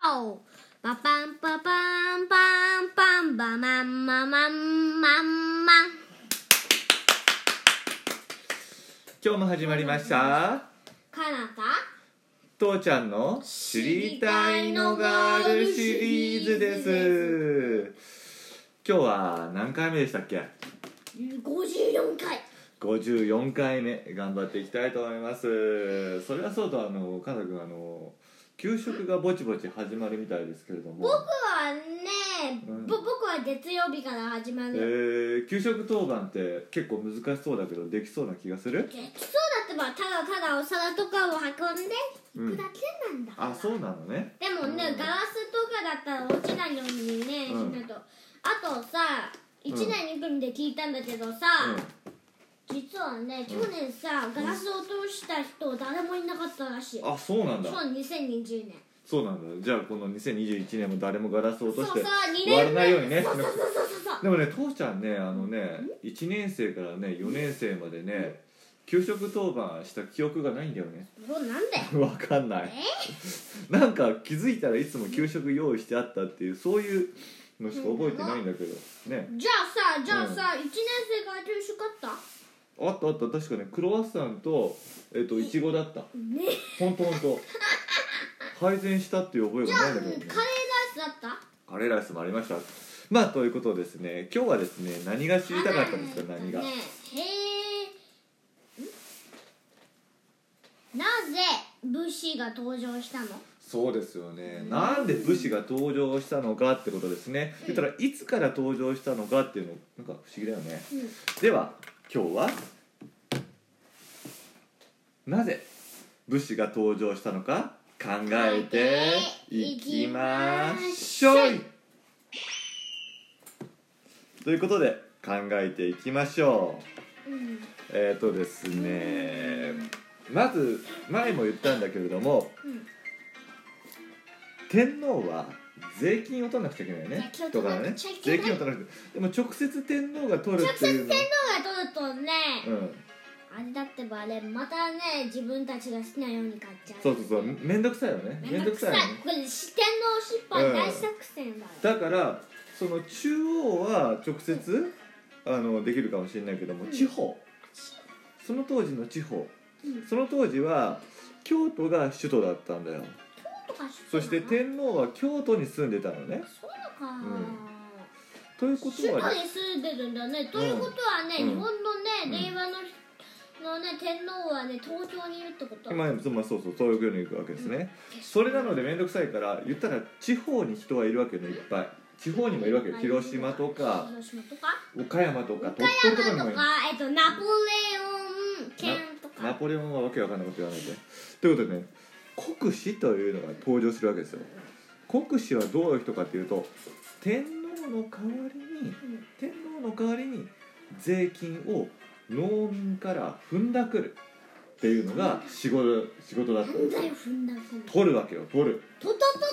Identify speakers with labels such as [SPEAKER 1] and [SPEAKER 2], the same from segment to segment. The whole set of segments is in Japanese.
[SPEAKER 1] 哦，巴梆巴梆梆梆巴妈妈妈妈妈。
[SPEAKER 2] 今日も始まりました
[SPEAKER 1] かなた
[SPEAKER 2] 父ちゃんの知りたいのがあるシリーズです今日は何回目でしたっけ
[SPEAKER 1] 五十四回。
[SPEAKER 2] 54回目頑張っていきたいと思いますそれはそうとあのかなくんあの給食がぼちぼち始まるみたいですけれども
[SPEAKER 1] 僕はね、
[SPEAKER 2] うん
[SPEAKER 1] ぼ僕は月曜日から始ま
[SPEAKER 2] え
[SPEAKER 1] る。
[SPEAKER 2] ー、給食当番って結構難しそうだけどできそうな気がする
[SPEAKER 1] できそうだってばただただお皿とかを運んで
[SPEAKER 2] うん
[SPEAKER 1] 行くだけなんだから。
[SPEAKER 2] あそうなのね
[SPEAKER 1] でもね、
[SPEAKER 2] うん
[SPEAKER 1] ガラスとかだったら落ちないようにね、し
[SPEAKER 2] うん
[SPEAKER 1] ないと。あとさ、1年2分で聞いたんだけどさ、実はね去年さガラスを落とした人誰もいなかったらしい、
[SPEAKER 2] うんあそうなんだ
[SPEAKER 1] そう2020年
[SPEAKER 2] そうなんだじゃあこの2021年も誰もガラスを落として
[SPEAKER 1] そうそう二年目
[SPEAKER 2] 終わらないようにね
[SPEAKER 1] そうそうそうそう
[SPEAKER 2] でもね父ちゃんねあのね1年生からね4年生までね給食当番した記憶がないんだよね
[SPEAKER 1] そうそうなんだよ
[SPEAKER 2] わかんないなんか気づいたらいつも給食用意してあったっていうそういうのしか覚えてないんだけどね
[SPEAKER 1] じゃあさじゃあさ、一1年生から調子かっ
[SPEAKER 2] あったあった確かねクロワッサンとえっといちごだった
[SPEAKER 1] たね
[SPEAKER 2] ほんとほんと配膳したっていう覚え
[SPEAKER 1] じ
[SPEAKER 2] が
[SPEAKER 1] ゃあ
[SPEAKER 2] ないん
[SPEAKER 1] カ
[SPEAKER 2] だ
[SPEAKER 1] レ
[SPEAKER 2] け
[SPEAKER 1] ー
[SPEAKER 2] どね
[SPEAKER 1] ライスだった
[SPEAKER 2] カレーライスもありましたまあということでですね今日はですね何が知りたかったんですか何が
[SPEAKER 1] ねへえんなぜ武士が登場したの
[SPEAKER 2] そうですよねなんで武士が登場したのかってことですね
[SPEAKER 1] うん
[SPEAKER 2] 言ったらいつから登場したのかっていうのなんか不思議だよね
[SPEAKER 1] うん
[SPEAKER 2] では今日はなぜ武士が登場したのか考えていきましょいということで考えていきましょう
[SPEAKER 1] うん
[SPEAKER 2] えっ、ー、とですねまず前も言ったんだけれども
[SPEAKER 1] うん
[SPEAKER 2] 天皇は税金を取らなくちゃいけないよね
[SPEAKER 1] 税金を
[SPEAKER 2] と
[SPEAKER 1] 取ら
[SPEAKER 2] か
[SPEAKER 1] な
[SPEAKER 2] ね
[SPEAKER 1] くちゃいけな
[SPEAKER 2] 税
[SPEAKER 1] い
[SPEAKER 2] 金を取らなくてでも直接天皇が取るっていうの
[SPEAKER 1] 天皇が取るとね、
[SPEAKER 2] うん
[SPEAKER 1] あれだってばあれまたね自分たちが好きなように買っちゃう
[SPEAKER 2] そうそうそうめんどくさいよねめ
[SPEAKER 1] め
[SPEAKER 2] ん
[SPEAKER 1] んど
[SPEAKER 2] どく
[SPEAKER 1] く
[SPEAKER 2] さ
[SPEAKER 1] さ
[SPEAKER 2] い
[SPEAKER 1] い
[SPEAKER 2] よね
[SPEAKER 1] これ四天王失敗大作戦だよ、
[SPEAKER 2] だからその中央は直接あのできるかもしれないけども
[SPEAKER 1] うん
[SPEAKER 2] 地方その当時の地方
[SPEAKER 1] うん
[SPEAKER 2] その当時は京都が首都だったんだよ
[SPEAKER 1] とか知ってた
[SPEAKER 2] そ
[SPEAKER 1] の
[SPEAKER 2] して天皇は京都に住んでたのね
[SPEAKER 1] そうか、
[SPEAKER 2] というこ
[SPEAKER 1] 首
[SPEAKER 2] とは
[SPEAKER 1] 都
[SPEAKER 2] ね
[SPEAKER 1] に住んでるんだねということはね、
[SPEAKER 2] うん
[SPEAKER 1] 日本の
[SPEAKER 2] うん
[SPEAKER 1] ね令和の,、のね天皇はね東京にいるってこと
[SPEAKER 2] まあまあそうそう東京に行くわけですね、それなので面倒くさいから言ったら地方に人はいるわけよねいっぱい地方にもいるわけよ広島とか
[SPEAKER 1] 広島とか
[SPEAKER 2] 岡山とか
[SPEAKER 1] 岡
[SPEAKER 2] 鳥取とかに
[SPEAKER 1] 山
[SPEAKER 2] も
[SPEAKER 1] と
[SPEAKER 2] いる
[SPEAKER 1] かえっとナポレオン県とか
[SPEAKER 2] ナポレオンはわけわかんないこと言わないでということでね国司というのが登場するわけですよ国司はどういう人かというと天皇の代わりに
[SPEAKER 1] うん
[SPEAKER 2] 天皇の代わりに税金を農民から踏んだくるっていうのが仕事仕事だったん
[SPEAKER 1] なん
[SPEAKER 2] です
[SPEAKER 1] だ
[SPEAKER 2] よ
[SPEAKER 1] よ踏んだ踏んだ
[SPEAKER 2] 取るわけよ取る
[SPEAKER 1] トトトトトトト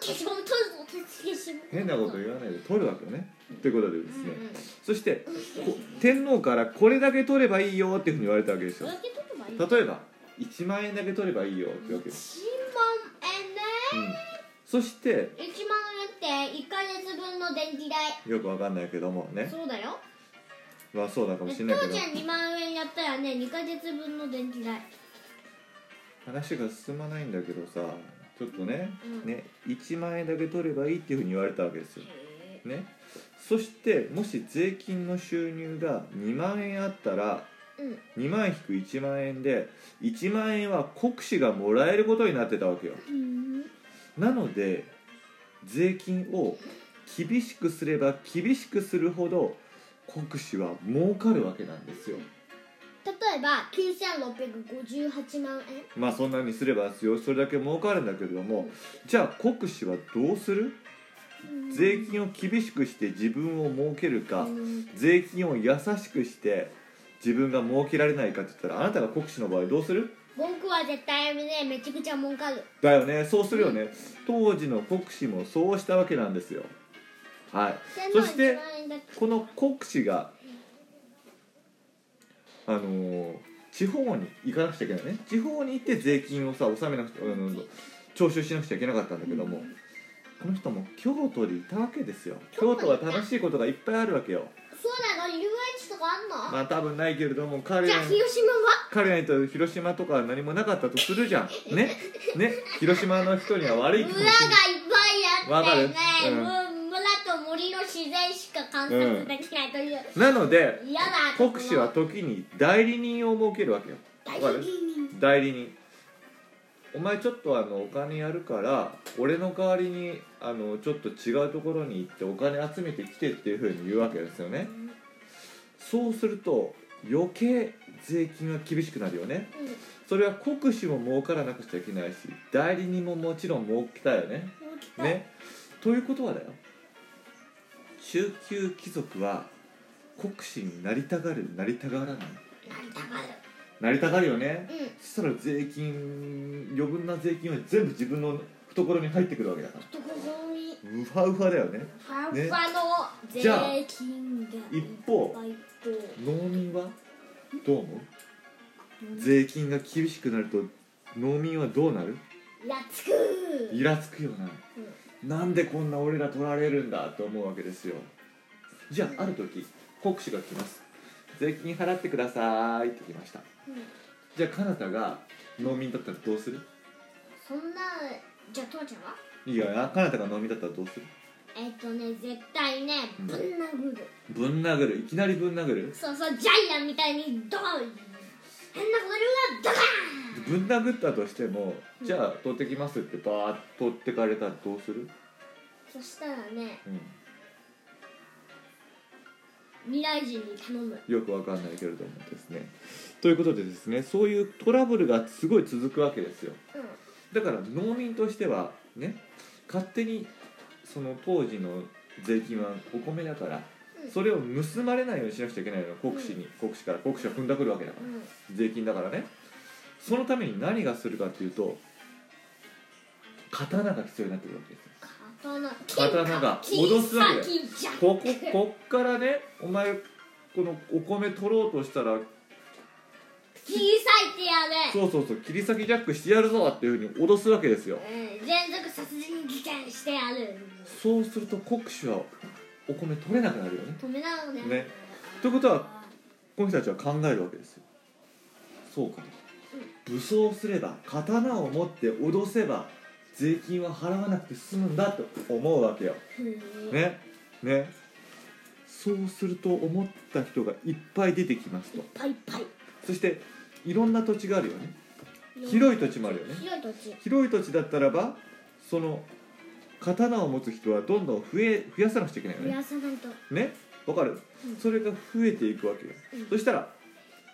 [SPEAKER 1] ト消しゴム取るぞ消しゴム
[SPEAKER 2] 変なこと言わないで取るわけよねということでですね、
[SPEAKER 1] うんうん
[SPEAKER 2] そしてこ天皇からこれだけ取ればいいよっていうふうに言われたわけです
[SPEAKER 1] そ
[SPEAKER 2] よ
[SPEAKER 1] れだけ取ればいい
[SPEAKER 2] 例えば1万円だけ取ればいいよってわけです、
[SPEAKER 1] 1万円ね
[SPEAKER 2] うん、そして
[SPEAKER 1] 1万円って1ヶ月分の電気代
[SPEAKER 2] よくわかんないけどもね
[SPEAKER 1] そうだよ
[SPEAKER 2] まあそうだかも
[SPEAKER 1] で
[SPEAKER 2] し
[SPEAKER 1] 父
[SPEAKER 2] れないけど
[SPEAKER 1] ちゃん2万円やったらね2ヶ月分の電気代
[SPEAKER 2] 話が進まないんだけどさちょっとね,、
[SPEAKER 1] うん
[SPEAKER 2] ね1万円だけ取ればいいっていうふうに言われたわけですよ、ね、そしてもし税金の収入が2万円あったら
[SPEAKER 1] うん
[SPEAKER 2] 2万引く1万円で1万円は国司がもらえることになってたわけよ
[SPEAKER 1] うん
[SPEAKER 2] なので税金を厳しくすれば厳しくするほど国司は儲かるわけなんですよ
[SPEAKER 1] 例えば9658万円
[SPEAKER 2] まあそんなにすればですよそれだけ儲かるんだけれどもじゃあ国司はどうする税金を厳しくして自分を儲けるか
[SPEAKER 1] うん
[SPEAKER 2] 税金を優しくして自分が儲けられないかって言ったらあなたが国司の場合どうする
[SPEAKER 1] 僕は絶対ねめちゃくちゃ儲かる
[SPEAKER 2] だよねそうするよね当時の国司もそうしたわけなんですよはい
[SPEAKER 1] 天皇
[SPEAKER 2] そして
[SPEAKER 1] 1万円だけ
[SPEAKER 2] この国司があのー地方に行かなくちゃいけないね地方に行って税金をさ納めなくちゃあの徴収しなくちゃいけなかったんだけども、この人も京都にいたわけですよ京都は楽しいことがいっぱいあるわけよ
[SPEAKER 1] そうなの遊園地とかあんの、
[SPEAKER 2] まあ多分ないけれども彼
[SPEAKER 1] じゃ
[SPEAKER 2] ら
[SPEAKER 1] あ
[SPEAKER 2] に
[SPEAKER 1] 広島は
[SPEAKER 2] 彼らにと広島とかは何もなかったとするじゃんねね広島の人には悪い気
[SPEAKER 1] 村
[SPEAKER 2] 持
[SPEAKER 1] が
[SPEAKER 2] ち
[SPEAKER 1] いっぱいあってね
[SPEAKER 2] わかるうん
[SPEAKER 1] む村と森の自然しか観察できないという、
[SPEAKER 2] なので
[SPEAKER 1] 嫌だ
[SPEAKER 2] 国士は時に代理人を設けるわけよ
[SPEAKER 1] 大
[SPEAKER 2] わ
[SPEAKER 1] 好
[SPEAKER 2] かる
[SPEAKER 1] きに
[SPEAKER 2] 代理人お前ちょっとあのお金やるから俺の代わりにあのちょっと違うところに行ってお金集めてきてっていうふうに言うわけですよねそうすると余計税金が厳しくなるよね
[SPEAKER 1] うん
[SPEAKER 2] それは国士も儲からなくちゃいけないし代理人ももちろん儲けたよね
[SPEAKER 1] もう来た
[SPEAKER 2] ねということはだよ中級貴族は国士になりたがるなりたがらな
[SPEAKER 1] なん
[SPEAKER 2] い
[SPEAKER 1] だか
[SPEAKER 2] なりたがるよね
[SPEAKER 1] らうん
[SPEAKER 2] そしたら税金余分な税金は全部自分の懐に入ってくるわけだから
[SPEAKER 1] どここに
[SPEAKER 2] ウハウハだよね
[SPEAKER 1] ファンファの税
[SPEAKER 2] じゃあ
[SPEAKER 1] 金が
[SPEAKER 2] 一方
[SPEAKER 1] いっぱいと
[SPEAKER 2] 農民はどう思う税金が厳しくなると農民はどうなる
[SPEAKER 1] やっつく
[SPEAKER 2] イラつくよな、なんでこんな俺ら取られるんだと思うわけですよじゃあある時国士が来ます税金払ってくださいって来ました
[SPEAKER 1] うん
[SPEAKER 2] じゃあかなたが農民だったらどうする
[SPEAKER 1] そんなじゃあ父ちゃんはい
[SPEAKER 2] いやかなたが農民だったらどうする
[SPEAKER 1] えっとね絶対ね
[SPEAKER 2] うん
[SPEAKER 1] ぶん殴る
[SPEAKER 2] ぶん殴るいきなりぶん殴る
[SPEAKER 1] そうそうジャイアンみたいにドーン変なこと言うなドカーン
[SPEAKER 2] ぶん殴ったとしても
[SPEAKER 1] うん
[SPEAKER 2] じゃあ取ってきますってバーッと取ってかれたらどうする、
[SPEAKER 1] そしたらね
[SPEAKER 2] うん、
[SPEAKER 1] 未来人に頼む
[SPEAKER 2] よくわかんないけれどもですねということでですねそういうトラブルがすごい続くわけですよ
[SPEAKER 1] う
[SPEAKER 2] だから農民としてはね勝手にその当時の税金はお米だから
[SPEAKER 1] うん
[SPEAKER 2] それを盗まれないようにしなくちゃいけないの国士に国士から国士は踏んだくるわけだから
[SPEAKER 1] んうん
[SPEAKER 2] 税金だからねそのために何がするかっていうと刀が必要になってくるわけですよ
[SPEAKER 1] 刀
[SPEAKER 2] 刀が
[SPEAKER 1] 金
[SPEAKER 2] 脅すわけだよ
[SPEAKER 1] 金先じゃん
[SPEAKER 2] ここ こっからねお前このお米取ろうとしたら
[SPEAKER 1] 切り裂いてやれ
[SPEAKER 2] そうそうそう切り裂きジャックしてやるぞっていうふうに脅すわけですよ
[SPEAKER 1] うん連続殺人事件してやる
[SPEAKER 2] そうすると国主はお米取れなくなるよね
[SPEAKER 1] 止めなのね
[SPEAKER 2] ねということはこの人たちは考えるわけですよそうかと武装すれば刀を持って脅せば税金は払わなくて済むんだと思うわけよ
[SPEAKER 1] うん
[SPEAKER 2] ねねそうすると思った人がいっぱい出てきます
[SPEAKER 1] いっ
[SPEAKER 2] と
[SPEAKER 1] ぱいいっぱい
[SPEAKER 2] そしていろんな土地があるよね広い土地もあるよね
[SPEAKER 1] 広い土地
[SPEAKER 2] 広い土地だったらばその刀を持つ人はどんどん増え増やさなくちゃいけないよ
[SPEAKER 1] 増
[SPEAKER 2] ね
[SPEAKER 1] やさないと
[SPEAKER 2] ねわかる、
[SPEAKER 1] うん
[SPEAKER 2] それが増えていくわけよ、
[SPEAKER 1] うん
[SPEAKER 2] そしたら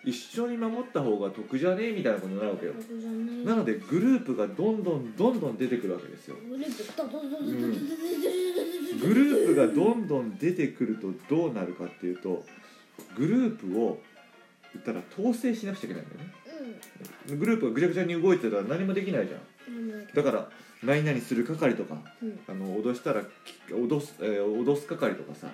[SPEAKER 2] 一緒に守った方が得じゃねえみたいなことになるわけよ、
[SPEAKER 1] 僕じゃね
[SPEAKER 2] なのでグループがどんどんどんどん出てくるわけですよ
[SPEAKER 1] グループドドドドドドドドドド
[SPEAKER 2] グループがどんどん出てくるとどうなるかっていうとグループを言ったら統制しなくちゃいけないんだよねグループがぐちゃぐちゃに動いてたら何もできないじゃん
[SPEAKER 1] うんなんだっけ
[SPEAKER 2] だから何々する係とか
[SPEAKER 1] うん
[SPEAKER 2] あの脅したらき脅す、えー脅す係とかさ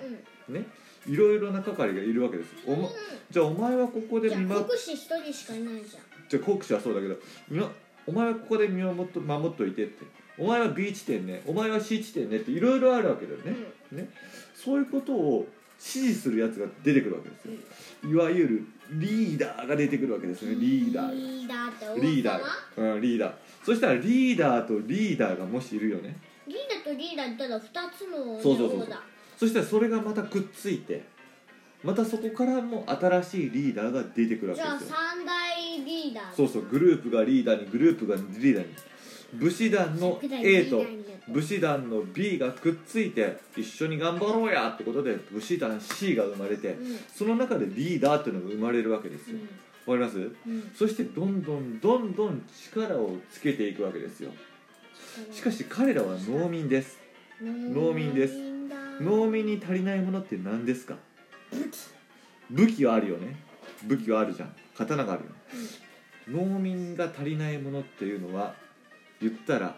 [SPEAKER 1] うん
[SPEAKER 2] ねいろいろな係がいるわけですおもじゃあお前はここで
[SPEAKER 1] じゃ
[SPEAKER 2] 見
[SPEAKER 1] あ
[SPEAKER 2] 守
[SPEAKER 1] 国士一人しかいないじゃん
[SPEAKER 2] じゃあ国士はそうだけどみなお前はここで見守っと守っといてってお前は B 地点ねお前は C 地点ねっていろいろあるわけだよね、ねそういうことを指示するやつが出てくるわけですよいわゆるリーダーが出てくるわけですねリーダー
[SPEAKER 1] リーダーって
[SPEAKER 2] が
[SPEAKER 1] 思っ
[SPEAKER 2] リー
[SPEAKER 1] た
[SPEAKER 2] ダー
[SPEAKER 1] な
[SPEAKER 2] が、うん、リーダーそしたらリーダーとリーダーがもしいるよね
[SPEAKER 1] リーダーとリーダーいたら二つの
[SPEAKER 2] そうそうそう
[SPEAKER 1] 方だ
[SPEAKER 2] そしたらそれがまたくっついてまたそこからも新しいリーダーが出てくるわ
[SPEAKER 1] じ
[SPEAKER 2] け
[SPEAKER 1] ゃあ
[SPEAKER 2] ですよ
[SPEAKER 1] 三大リーダー
[SPEAKER 2] そうそうグループがリーダーにグループがリーダーに武士団の A と武士団の B がくっついて一緒に頑張ろうやってことで武士団 C が生まれて
[SPEAKER 1] うん
[SPEAKER 2] その中でリーダーっていうのが生まれるわけですよわかります
[SPEAKER 1] うんうん
[SPEAKER 2] そしてどんどんどんどん力をつけていくわけですよしかし彼らは農民です農民です農民に足りないものって何ですか武器はあるよね武器はあるじゃん刀があるよ、農民が足りないものっていうのは言ったら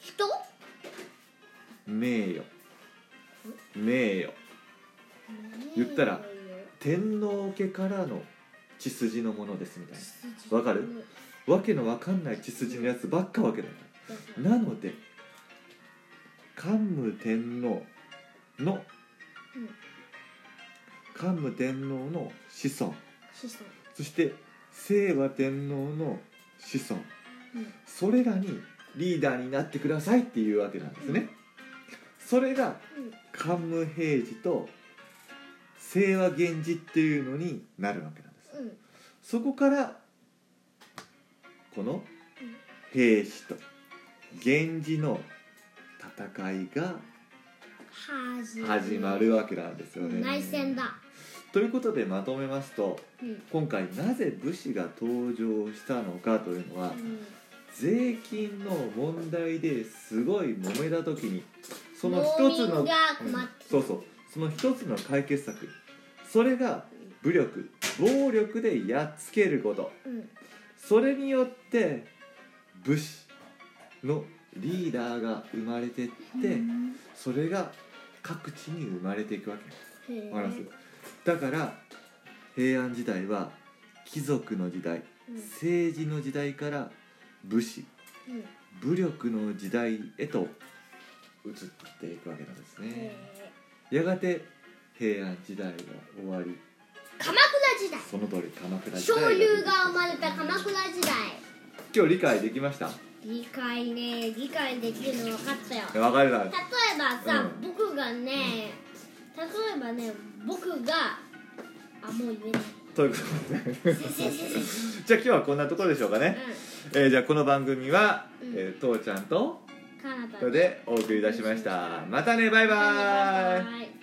[SPEAKER 1] 人
[SPEAKER 2] 名誉名誉言ったら天皇家からの血筋のものですみたいなわかるわけのわかんない血筋のやつばっかわけだからなので桓武天皇の
[SPEAKER 1] うん
[SPEAKER 2] 桓武天皇の子孫
[SPEAKER 1] 子孫
[SPEAKER 2] そして清和天皇の子孫
[SPEAKER 1] うん
[SPEAKER 2] それらにリーダーになってくださいっていうわけなんですねそれが
[SPEAKER 1] うん
[SPEAKER 2] 桓武平治と清和源氏っていうのになるわけなんです
[SPEAKER 1] うん
[SPEAKER 2] そこからこの平氏と源氏の戦いが
[SPEAKER 1] 始
[SPEAKER 2] 始まるわけなんですよね。
[SPEAKER 1] 内戦だ
[SPEAKER 2] ということでまとめますと
[SPEAKER 1] うん
[SPEAKER 2] 今回なぜ武士が登場したのかというのは
[SPEAKER 1] うん
[SPEAKER 2] 税金の問題ですごい揉めた時にその一つの
[SPEAKER 1] 農民が困って
[SPEAKER 2] そうそうその一つの解決策それが武力暴力でやっつけること
[SPEAKER 1] うん
[SPEAKER 2] それによって武士のリーダーが生まれてって
[SPEAKER 1] うん
[SPEAKER 2] それが各地に生まれていくわけです
[SPEAKER 1] へえ
[SPEAKER 2] わかりますだから平安時代は貴族の時代
[SPEAKER 1] うん
[SPEAKER 2] 政治の時代から武士
[SPEAKER 1] うん
[SPEAKER 2] 武力の時代へと移っていくわけなんですね
[SPEAKER 1] へえ
[SPEAKER 2] やがて平安時代は終わり
[SPEAKER 1] 鎌倉時代
[SPEAKER 2] その通り鎌倉時代
[SPEAKER 1] 醤油が生
[SPEAKER 2] が
[SPEAKER 1] まれた鎌倉時代
[SPEAKER 2] 今日理解できました
[SPEAKER 1] 理解ね理解できるの分かったよ例え
[SPEAKER 2] わかるな
[SPEAKER 1] ばさ、
[SPEAKER 2] うん
[SPEAKER 1] 僕がね例えばね僕があもう言え ない
[SPEAKER 2] ということで
[SPEAKER 1] 先生先生
[SPEAKER 2] じゃあ今日はこんなところでしょうかね、えーじゃあこの番組は、
[SPEAKER 1] うん
[SPEAKER 2] えー父ちゃんと
[SPEAKER 1] うんカナダ
[SPEAKER 2] でお送りいたしましたまたねバイバイ
[SPEAKER 1] イ